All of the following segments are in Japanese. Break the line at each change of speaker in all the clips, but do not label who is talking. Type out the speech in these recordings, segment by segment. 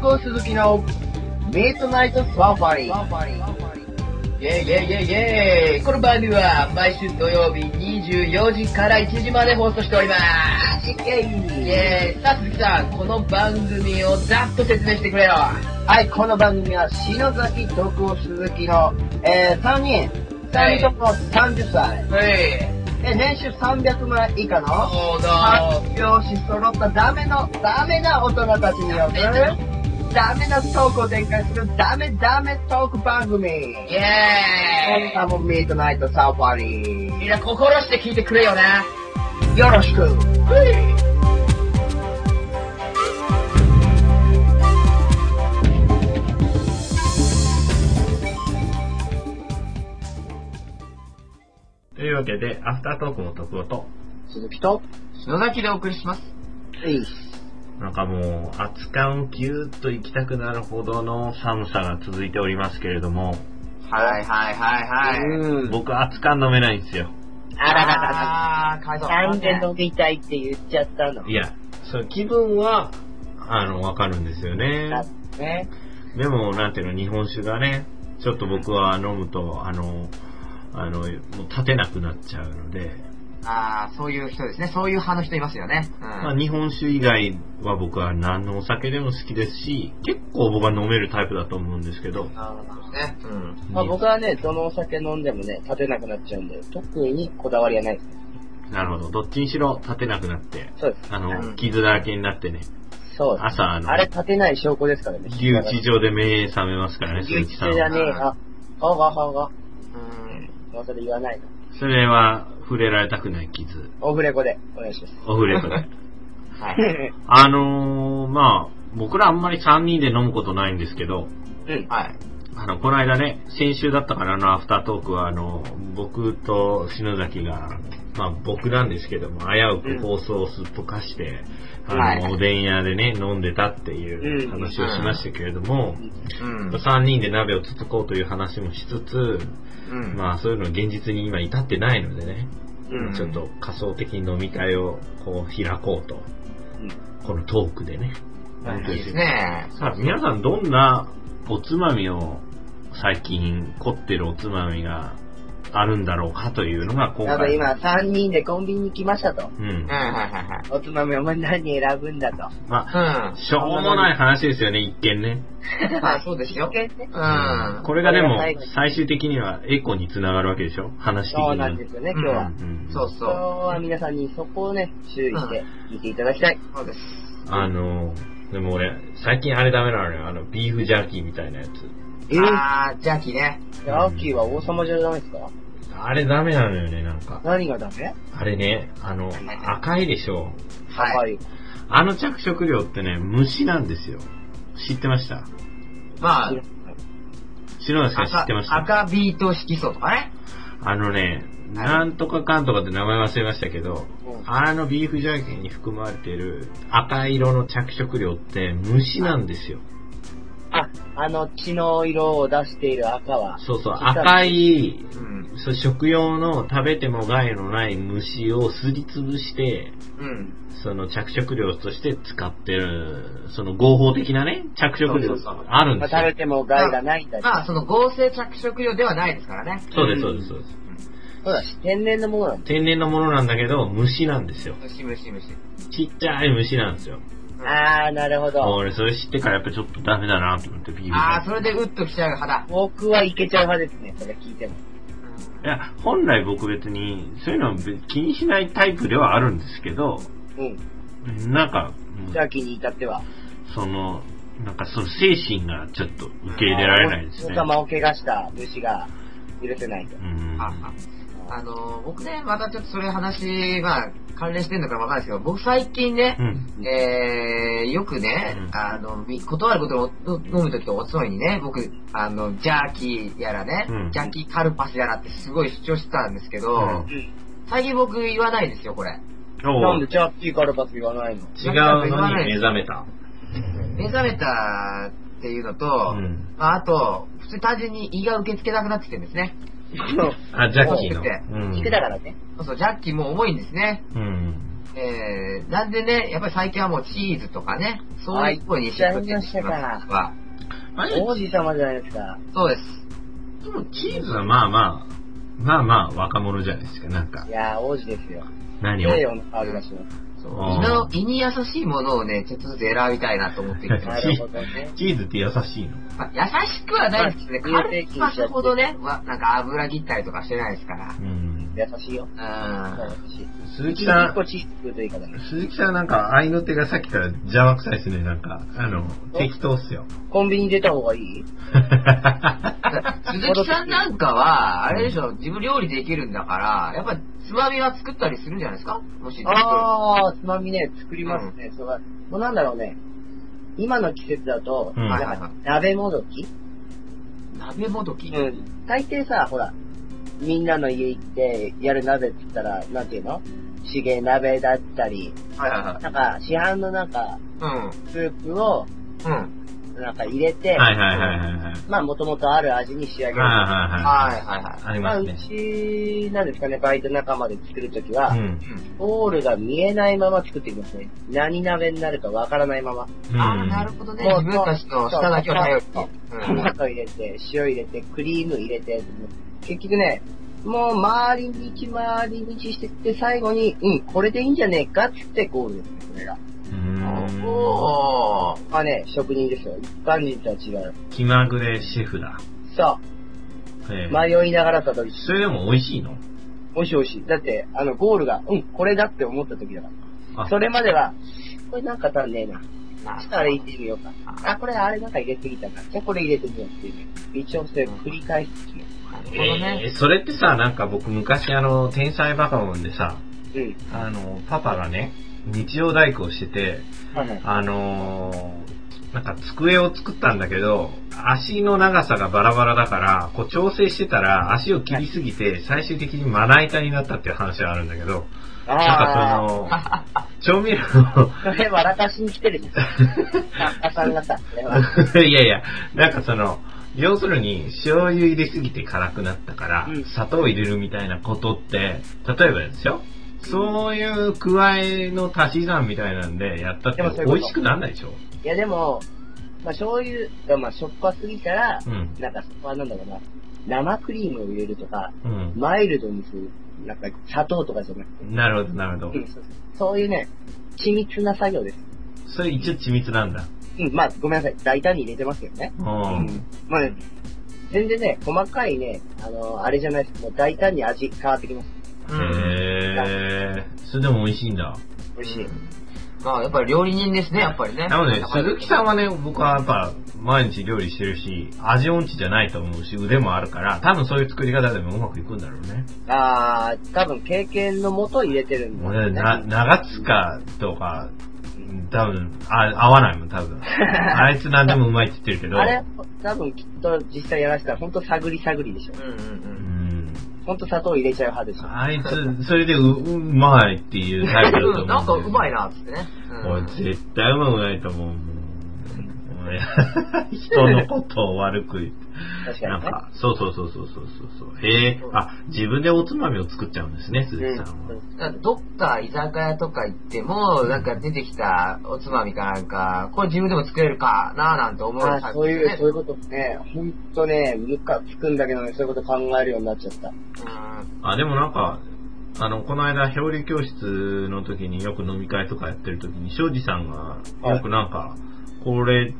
コ鈴木のミートナイトスワンファリー。イェイイェイイェイイェイこの番組は毎週土曜日24時から1時まで放送しております。イェイイェイさあ鈴木さん、この番組をざっと説明してくれよ。
はい、この番組は篠崎徳夫鈴木の、えー、3人、
は
3
い
人とも30歳、
はい。
で年収300万円以下の、
そう
発表し揃ったダメの、ダメな大人たちによる、ダメなトークを展開するダメダメトーク番組。
イ
今
ェ
回もミートナイトサファリ
ーイみんな心して聞いてくれよな。
ー。よろしく。
というわけで、アフタートークの徳夫と、
鈴木と、
篠崎でお送りします。
いいっす。
なんかもう、熱感をぎゅーっと行きたくなるほどの寒さが続いておりますけれども、
はいはいはいはい。
うん。
僕熱感飲めないんですよ。
あらららら。あー、かわいそう。
なんで飲みたいって言っちゃったの
いや、その気分は、あの、わかるんですよね。
だってね。
でも、なんていうの、日本酒がね、ちょっと僕は飲むと、あの、あの、もう立てなくなっちゃうので、
あー、そういう人ですね。そういう派の人いますよね。うん。
まあ、日本酒以外は僕は何のお酒でも好きですし、結構僕は飲めるタイプだと思うんですけど、
ね。うん。
まあ、僕はね、どのお酒飲んでもね、立てなくなっちゃうんで、特にこだわりはないです。
なるほど、どっちにしろ立てなくなって、
そうです。
あ
う
の、
ん
傷だらけになってね、
そうです。
朝、あの
あ、れ立てない証拠ですからね。
留置場で目覚めますからね、
留
鈴木
置
さ
中
ん
じゃ
は。
ねえあ、ほうほうほうほう。
うん。
もうそれ言わないの。
それは、触れられたくない傷。
オフレコで、お願いします。
オフレ コで。
はい。
あのー、まあ、僕らあんまり3人で飲むことないんですけど、
うん。
はい。
あの、この間ね、先週だったからのアフタートークは、あの、僕と篠崎が、まあ僕なんですけども、危うく放送をすっぽかして、
うん
あの、
はい
おでん屋でね、飲んでたっていう話をしましたけれども、
うん。
3人で鍋をつつこうという話もしつつ、
うん。
まあそういうの現実に今至ってないのでね、
うん
ちょっと仮想的に飲み会をこう開こうと、このトークでね。
はい
いいですね。
さあ皆さんどんなおつまみを最近凝ってるおつまみがあるんだろうかというのが今
あと
回。
今、3人でコンビニに来ましたと。
うん
うん、。はいはい
おつまみお前何選ぶんだと。
まあ、
はい。うん。
しょうもない話ですよね、一見ね。
まあ、そうですよ。
一見
うん。
ね
は
これがでも
はいはい
最終的にはエコにつながるわけでしょ話的に。
そうなんですよね、今日
う
は。
んうんうん
そう
今日は皆さんにそこをね、注意して聞いていただきたい。
そうです。
あの、でも俺、最近あれダメなのよ。あの、ビーフジャーキーみたいなやつ。
えー、
あー、ジャーキーね。
ラッキーは王様じゃダメですか
あれダメなのよね、なんか。
何がダメ
あれね、あの、赤いでしょ。
はい。
い。
あの着色料ってね、虫なんですよ。知ってました
まあ、
篠田さん知ってました
赤赤ビート色素とかね。
あのね、
はい
なんとかかんとかって名前忘れましたけど、
うん
あのビーフジャーキーに含まれてる赤色の着色料って虫なんですよ。
あ、あの血の色を出している赤は。
そうそう、
実は
赤い、
うん。
そう食用の食べても害のない虫をすりつぶして、
うん。
その着色料として使ってる、その合法的なね、着色料
そうそうそう
あるん
まあ
です
食
よ
べ。ても害がないんだけど。
まあ、その合成着色料ではないですからね。
そうです、そうです、そうです。
そうだし、天然のものなんだ。
天然のものなんだけど、虫なんですよ。
ムシムシムシ。
ちっちゃい虫なんですよ。
あー、なるほど。
俺、それ知ってからやっぱちょっとダメだなと思って、ビール
あー、それでウッときちゃう派だ。
僕はいけちゃう派ですね、それ聞いても。
いや、本来僕別に、そういうの別気にしないタイプではあるんですけど、
うん。
なんか、
ジャーキーに至っては。
その、なんかその精神がちょっと受け入れられないですね。
王様を怪我した虫が許せないと
う。ん。
あ
は
あのー、僕ね、またちょっとそれ話、まあ、関連してるのかわかんないですけど、僕最近ね
い。う、ん。
えー、よくね
う、ん
あの、み断ることを飲むときとおつまみにね、僕、あの、ジャーキーやらね、
うん
ジャーキーカルパスやらってすごい主張してたんですけど、
うん
うん。
最近僕言わないですよ、これ。
な
お
んで
う違う
ジャーキーカルパス言わないの
のに目覚めた。
目覚めたっていうのと、
うん。
まあ、あと、普通に単純に胃が受け付けなくなってきてるんですね。
あ、ジャッキーの。
う
うん
肉だからね。
そうそう、ジャッキーもう重いんですね。
うん。
えー、なんでね、やっぱり最近はもうチーズとかね、そういうところにシ
あ
フ
行
ト
っ
し
ち
て
ゃい
ま
ましたか
すが
あれ
王子様じゃないですか。
そうです。
でもチーズはまあまあ、まあまあ若者じゃないですか、なんか
い。やー、王子ですよ。
何を。
名誉の香りがします。
そう
あー
胃の胃に優しいものをね、ちょっとずつ選びたいなと思ってきて
な
ます。
るほどね。
チーズって優しいの
まあ優しくはないですけどね、
まあ
軽くはそほどね、わなんか油切ったりとかしてないですから。
うん。
優しいよ。
うん。
優しい。
鈴木
一
さ
個チーズ食うといいかな。
ん、鈴木さんなんか愛の手がさっきから邪魔くさいですね、なんか。あの、適当っすよ。
コンビニ出た方がいい
鈴木さんなんかは、あれでしょ、自分料理できるんだから、やっぱつまみは作ったりするんじゃないですかもし。
あー、つまみね、作りますね。そうだもうなんだろうね。今の季節だと、
うん
な
は
ん
いはいは
か鍋もどき、
鍋もどき。
うん、大抵さ、ほら、みんなの家行ってやる鍋って言ったら、なんていうのしげ鍋だったり、
はいは
なんか市販のなんか、
いはい。
スープを
うん。うん。
なんか入れて、
はいはいはいはいはい。
まあもともとある味に仕上げる。
はいは
はいはいはい
はい。あり
ま
ま
あ
す
う
ね。
ち、なんですかね、バイト仲間で作るときは、
うん。
い。うん。
ボールが見えないまま作っていきますね。何鍋になるかわからないまま。
うん
ああ、なるほどね。
そう
自分たちの舌だけを頼り
そう
に。うん。
トマト入れて、塩入れて、クリーム入れて、結局ね、もう周り道回り道してって最後に、うん、これでいいんじゃねえかっつってゴールですね、これが。
うん
おー。
まあね、職人ですよ。一般人とは違う。
気まぐれシェフだ。
さ
え
あ、
え
迷いながらたどり着く。
それでも美味しいの
もしもし。だって、あの、ゴールが、うん、これだって思った時だか
あ
ら。それまでは、これなんか足んねえな。
な
したら入れてみようか。あ、これあれなんか入れすぎたな。じゃあこれ入れてみようっていう。一応それを繰り返してきます。
なるほど
え
ね。
ーそれってさ、なんか僕昔あの、天才バカボンでさ、
うん。
あの、パパがね、日曜大工をしてて、
はいはい。
あのーなんか机を作ったんだけど、足の長さがバラバラだから、こう調整してたら足を切りすぎて、最終的にまな板になったっていう話があるんだけど、
あ
なんかそ の、調味料を
あ、それ笑かしに来てるじゃん。作家さんがさ、それは。
いやいや、なんかその、要するに、醤油入れすぎて辛くなったから、
うん
砂糖入れるみたいなことって、例えばですよ、そういう加えの足し算みたいなんでやったって
でもそういうこ
美
と
味しくなんないでしょ
いやでも、まあ、醤油がまあしょっぱすぎたら、
うん。
なんかそこはなんだろうな、生クリームを入れるとか、
うん。
マイルドにする、なんか砂糖とかじゃなくて、
なるほど、なるほど
う。んそうそういうね、緻密な作業です。
それ一応緻密なんだ。
うん、まあごめんなさい、大胆に入れてますけどね。
うん。
まあね、全然ね、細かいね、あのあれじゃないですもう大胆に味変わってきます。
うん
へー。それでも美味しいんだ。
美味しい。
まあ、やっぱり料理人ですね、やっぱりね。
なので、鈴木さんはね、僕はやっぱ、毎日料理してるし、味音痴じゃないと思うし、腕もあるから、多分そういう作り方でもうまくいくんだろうね。
あー、多分経験のもと入れてるんだ
俺、
ね
な、長塚とか、多分、あ、合わないもん、多分。あいつ何でもうまいって言ってるけど。
あれ、多分きっと実際やらせたら、ほんと探り探りでしょ
う。んうんう。
うんん。
ほんと砂糖入れちゃう派でしょ。
あいつ、それでう、うまいっていうタイプだと思
う
うんんだよ。
なんかうまいな、つってね。うん
俺、絶対うまくないと思う。俺 人のことを悪く言って。
確か
なん
にね。
か、そうそうそうそうそうそうそう。へえ、あ、自分でおつまみを作っちゃうんですね、鈴木さんは。
だからどっか居酒屋とか行っても、なんか出てきたおつまみかなんか、これ自分でも作れるかなぁなんて思う
あ
タ
ー
イプ
そう
で
いう、
す
そうい
ね
うことね、ほんとね、ムカつくんだけどね、そういうこと考えるようになっちゃった。
うん
あ、でもなんか、あの、この間、表裏教室の時によく飲み会とかやってる時に、庄司さんが、よくなんか、これ、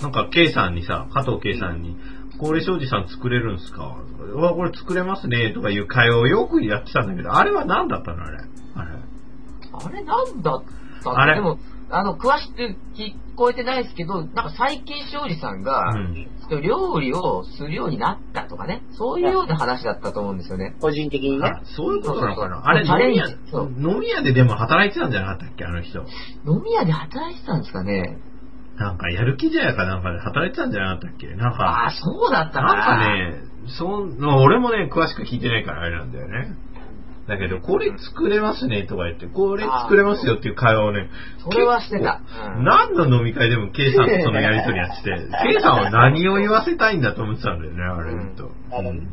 なんか、K さんにさ、加藤 K さんに、これ庄司さん作れるんすかうわ、これ作れますね、とかいう会話をよくやってたんだけど、あれは何だったのあれ。あれ。
あれなんだった
あ
あ
れ
れでも、あの、詳しく聞こえてないですけど、なんか最近庄司さんが、
うん。
料理をするようになったとかね、そういうような話だったと思うんですよね。
個人的にね。
あ、そういうことなのか
そうそうそう
なあれ、
チャ
飲
レン
み
ジ
屋、
そう
飲み屋ででも働いてたんじゃなかったっけあの人。
飲み屋で働いてたんですかね
なんか、やる気じゃやかなんかで働いてたんじゃなかったっけなんか、
ああ、そうだった
なんかね、そんな、俺もね、詳しく聞いてないからあれなんだよね。だけど、これ作れますねとか言って、これ作れますよっていう会話をね、
それはしてた。うん
何の飲み会でも K さんとそのやりとりやって て、K さんは何を言わせたいんだと思ってたんだよね、あれと。
うん
うん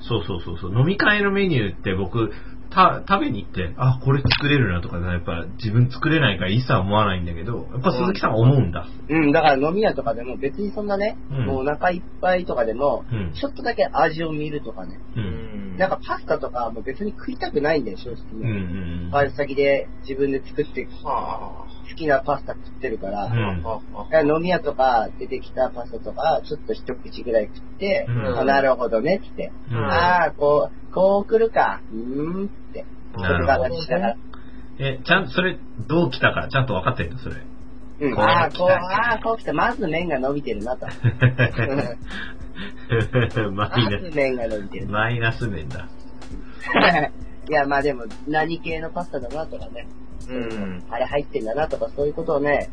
そうそうそうそう、飲み会のメニューって僕、た食べに行って、あ、これ作れるなとか、やっぱ自分作れないから一切思わないんだけど、やっぱ鈴木さんは思うんだ。
うん、だから飲み屋とかでも別にそんなね、
うん
もうお腹いっぱいとかでも、
うん。
ちょっとだけ味を見るとかね。
うん。
なんかパスタとかはもう別に食いたくないんだよ、正直
うん。う
ね。
ん。
バイト先で自分で作って好
はあ。
きなパスタ食ってるから、
うん
はあは
だから飲み屋とか出てきたパスタとか、ちょっと一口ぐらい食って、
うん
あなるほどね、つって。
うん
ああ、こう、こう来るか。うーん、って。そ
なる
う
ほど
形しながら。
え、ちゃんと、それ、どう来たか、ちゃんと分かってんの、それ。
うん、
こう
ああ、こう、
来た
ああ、こう来た。まず麺が伸びてるなと。
マイ
まず
ナ
麺が伸びて
ス、
る。
マイナス面だ。
いや、まあでも、何系のパスタだなとかね、
あ。うん。
あれ入ってんだなとか、そういうことをね、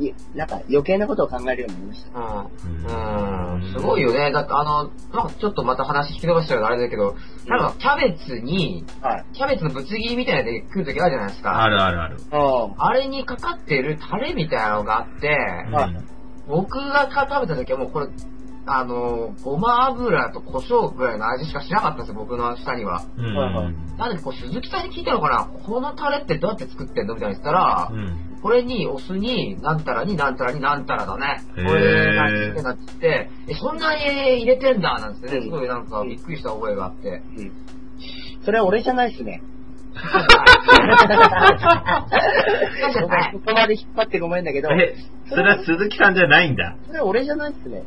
いなんか余計なことを考えるようになりました。
うん。うん。すごいよね。だってあの、なんかちょっとまた話引き伸ばしちゃうからあれだけど、なんかキャベツに、
はい。
キャベツのぶつ切りみたいなので食うときあるじゃないですか。
あるあるある。
おー
あれにかかってるタレみたいなのがあって、
は
僕が食べた時はもうこれ、あの、ごま油と胡椒ぐらいの味しかしなかったんですよ、僕の下には。
うん。うん
はいはい
なんで、こう、鈴木さんに聞いたのかなこのタレってどうやって作ってんのみたいにしたら、
うん。
これにお酢に、なんたらに、なんたらに、なんたらだね。こ
へー
れなんつってなってて、え、そんなに入れてんだなんつってね、すごいなんかびっくりした覚えがあって。
うん。それは俺じゃないっす ね。
そうじゃない
ここまで引っ張ってごめんだけど、
え、それは鈴木さんじゃないんだ。
それは俺じゃないっすね。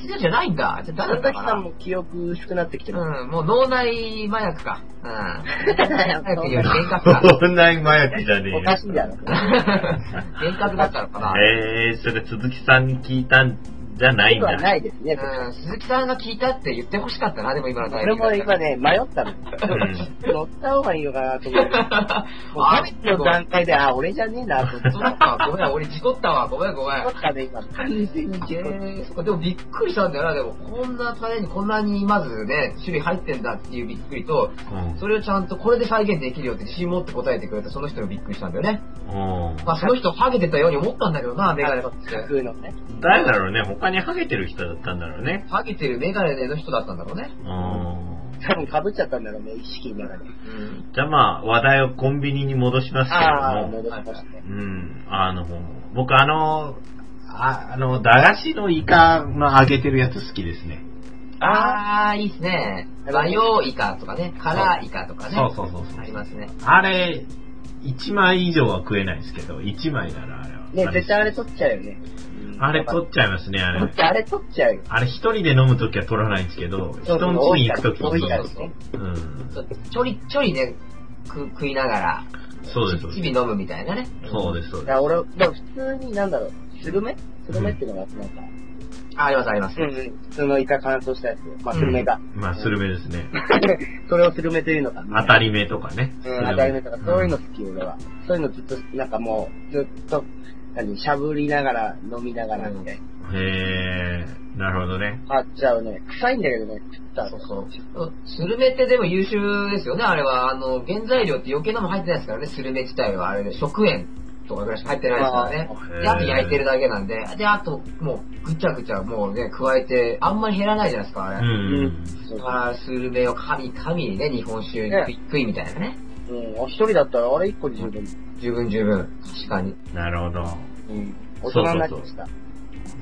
鈴木じゃないんだ。じゃあ誰だっ
神
た
崎
か
さ
なん
も記憶薄くなってきてます。
うん、もう脳内麻薬か。うん。 麻薬より幻覚 か。
オンライン麻薬じゃねえよ
おかしいだろ。
幻覚だったのかな。
えー、それ鈴木さんに聞いたんじゃないん
今は
だ。
ないですね。
うん、鈴木さんが聞いたって言ってほしかったな、でも今のタイミ
俺
ングだ
も
った
今
ら。
ね、迷ったの。
ん
乗った方がいいのかなと 思って。もう
あ
食べての段階で、あ、俺じゃねえなと思って。
そうだったわ、ごめん、俺事故ったわ、ごめん、ごめん
思。ったね、今。完全に事故っ
えー、そっか、でもびっくりしたんだよな、でも、こんなタレにこんなにまずね、種類入ってんだっていうびっくりと、
うん
それをちゃんとこれで再現できるよって自信持って答えてくれたその人もびっくりしたんだよね。
うん
まあその人ハゲてたように思ったんだけどな、メガネかけ
た
て。
架空のね。
誰だろうね、他にハゲてる人だったんだろうね。
ハゲてるメガネの人だったんだろうね。
うん
多分被っちゃったんだろうね、意識の中
う
で。
ん。
じゃあまあ、話題をコンビニに戻しますけ
ああ、
れども、
戻しましたね。
うん、あの、僕あの、ああの、駄菓子のイカの揚げてるやつ好きですね。
あー、いいっすね。和洋イカとかね、カラーイカとかね。
そうそうそうそう
ありますね。
あれ、1枚以上は食えないですけど、1枚ならあれは。
ね、絶対あれ取っちゃうよね。
あれ取っちゃいますね、あ
だっ
れ。
てあれ取っちゃうよ。
あれ一人で飲むときは取らないんですけど、人の家に行くとき
多
に
い
飲
か
む
ら。ね。
うん。
ちょりちょりね、く食いながら、
そうです、そう
日
です。
々飲むみたいなね。
そうです、そ
だ
うで
から俺、でも普通に、なんだろう、スルメスルメっていうのがあって、なんか、
あ、ありますあります。
うん、普通のイカ乾燥したやつ。まあ、
す。
スルメが。
うんまあ、スルメですね。
それをスルメというのか。
当たり目とかね。
うん、当たり目とか、そういうの好
ん
き、俺は。そういうのずっと、なんかもう、ずっと、何、しゃぶりながら、飲みながらみたいな。
へー、なるほどね。
買っちゃうね。臭いんだけどね、食ったら。
そうそう。スルメってでも優秀ですよね、あれは。あの、原材料って余計なもん入ってないですからね、スルメ自体は。あれで、食塩とかぐらいしか入ってないですからね。
あ
で、あと焼いてるだけなんで。で、あと、もう、ぐちゃぐちゃ、もうね、加えて、あんまり減らないじゃないですか、あ
う
れ。
ん。
そう
だから、スルメを神々にね、日本酒
ね
に食いみたいなね。
うん、お一人だったら、あれ一個で十分。
十分十分。確かに。
なるほど。
うん。大人になりました。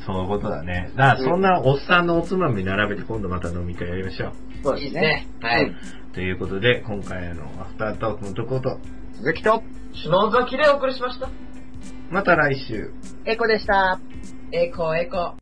そういうことだね。だから、そんなおっさんのおつまみ並べて今度また飲み会やりましょう。
そう
い
で
い
す
です
ね。
ね。は
う
い
ん。
ということで、今回のアフタートークのとこと、
鈴木と、
篠崎でお送りしました。
また来週。
エコでした。
エコエコ。